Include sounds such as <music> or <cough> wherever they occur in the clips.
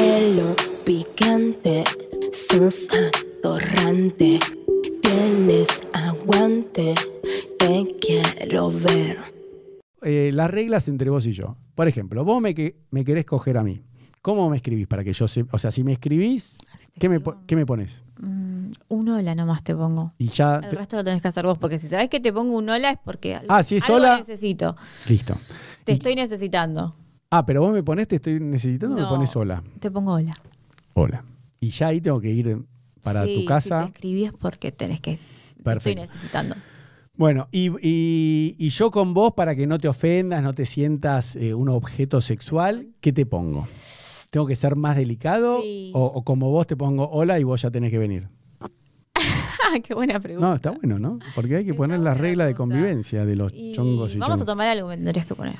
pelo picante, sos atorrante, tienes aguante, te quiero ver. eh, las reglas entre vos y yo. Por ejemplo, vos me, que- me querés coger a mí. ¿Cómo me escribís para que yo se, O sea, si me escribís, ¿qué me, po- qué me pones? Mm, un hola nomás te pongo. Y ya. El Ah, te- resto lo tenés que hacer vos, porque si sabés que te pongo un hola es porque algo, Ah, si es algo hola- necesito. listo. Te Y- estoy necesitando. Ah, pero vos me pones, te estoy necesitando, me No. pones hola. Te pongo hola. Hola. Y ya ahí tengo que ir para Sí, tu casa. Si te escribí es porque tenés que. Te estoy Perfecto. necesitando. <laughs> Bueno, y, y- y yo con vos para que no te ofendas, no te sientas eh, un objeto sexual, ¿qué te pongo? ¿Tengo que ser más delicado? Sí. O, o como vos te pongo hola y vos ya tenés que venir? Ah, qué buena pregunta. No, está bueno, ¿no? Porque hay que Está poner las buena reglas de pregunta. convivencia de los Y chongos y vamos a chongas. tomar algo que me tendrías que poner.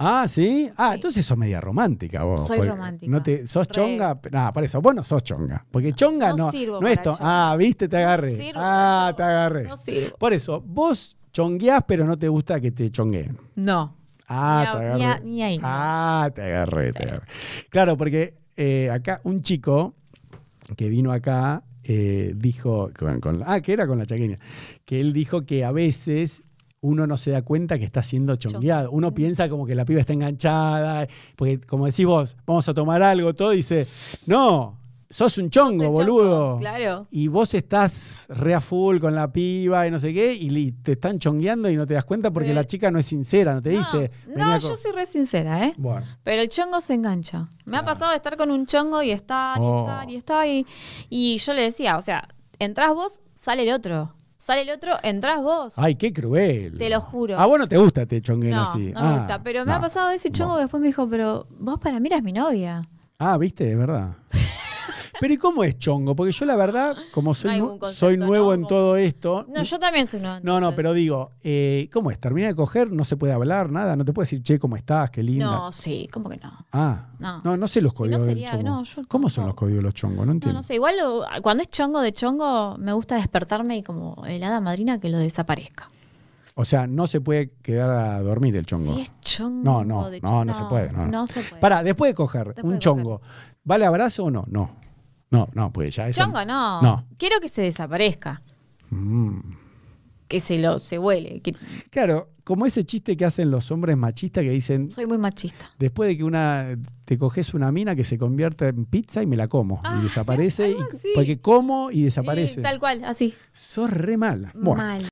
Ah, ¿sí? Ah, Sí. entonces sos media romántica vos. Soy porque romántica. No te, ¿Sos Re. chonga? Nada, por eso. Vos no sos chonga. Porque chonga no, no sirvo no es para to- chonga. Ah, viste, te agarré. No sirvo ah, para te chonga. agarré. No sirvo. Por eso, vos chongueás, pero no te gusta que te chongueen. No. Ah, Ni a- te agarré. ni a- ni ahí, no. Ah, te agarré, te agarré. Claro, porque eh, acá un chico que vino acá eh, dijo, con, con la- ah, que era con la chaqueña, que él dijo que a veces uno no se da cuenta que está siendo chongueado. Uno piensa como que la piba está enganchada, porque como decís vos, vamos a tomar algo, todo, y dice, no, sos un chongo, Entonces, boludo. Claro. Y vos estás re a full con la piba y no sé qué, y li- te están chongueando y no te das cuenta porque Re- la chica no es sincera, no te dice. No, "Venía no, con-". yo soy re sincera, ¿eh? Bueno, Pero el chongo se engancha. Me ha pasado de estar con un chongo y estar, Oh. y estar, y estar. Y, y yo le decía, o sea, entras vos, sale el otro. Sale el otro, entras vos. ay, qué cruel. Te lo juro. A vos no te gusta te chonguen no, así. no Ah, me gusta. Pero me ha no. pasado ese chongo que después me dijo, pero vos para mí eras mi novia. Ah, viste, es <laughs> verdad. Pero ¿y cómo es chongo? Porque yo la verdad, como No soy, hay nu- algún concepto, soy nuevo ¿no? en Como- todo esto... No, yo también soy una. No, no, entonces. pero digo, eh, ¿cómo es? Termina de coger, no se puede hablar, nada, no te puede decir, che, ¿cómo estás? Qué linda. No, sí, ¿cómo que no? ah, no, no. no, sé los Si no códigos del sería- chongo. no, yo ¿Cómo son tampoco. los códigos de los chongos? No No, entiendo. no sé. Igual lo- cuando es chongo de chongo, me gusta despertarme y como el hada madrina que lo desaparezca. O sea, no se puede quedar a dormir el chongo. Si es chongo No, no, Mm, de no, chongo, no se puede. No, no se puede. Pará, después de coger Después un de chongo, ¿vale abrazo o no? No. No, no, pues ya eso. Chongo no. No. Quiero que se desaparezca. Mm. Que se lo se huele. Que Claro, como ese chiste que hacen los hombres machistas que dicen, soy muy machista. después de que una te coges una mina que se convierte en pizza y me la como. Ah, y desaparece. y- <laughs> algo así. porque como y Y desaparece. tal cual, así. Sos re mala. Bueno. Mal.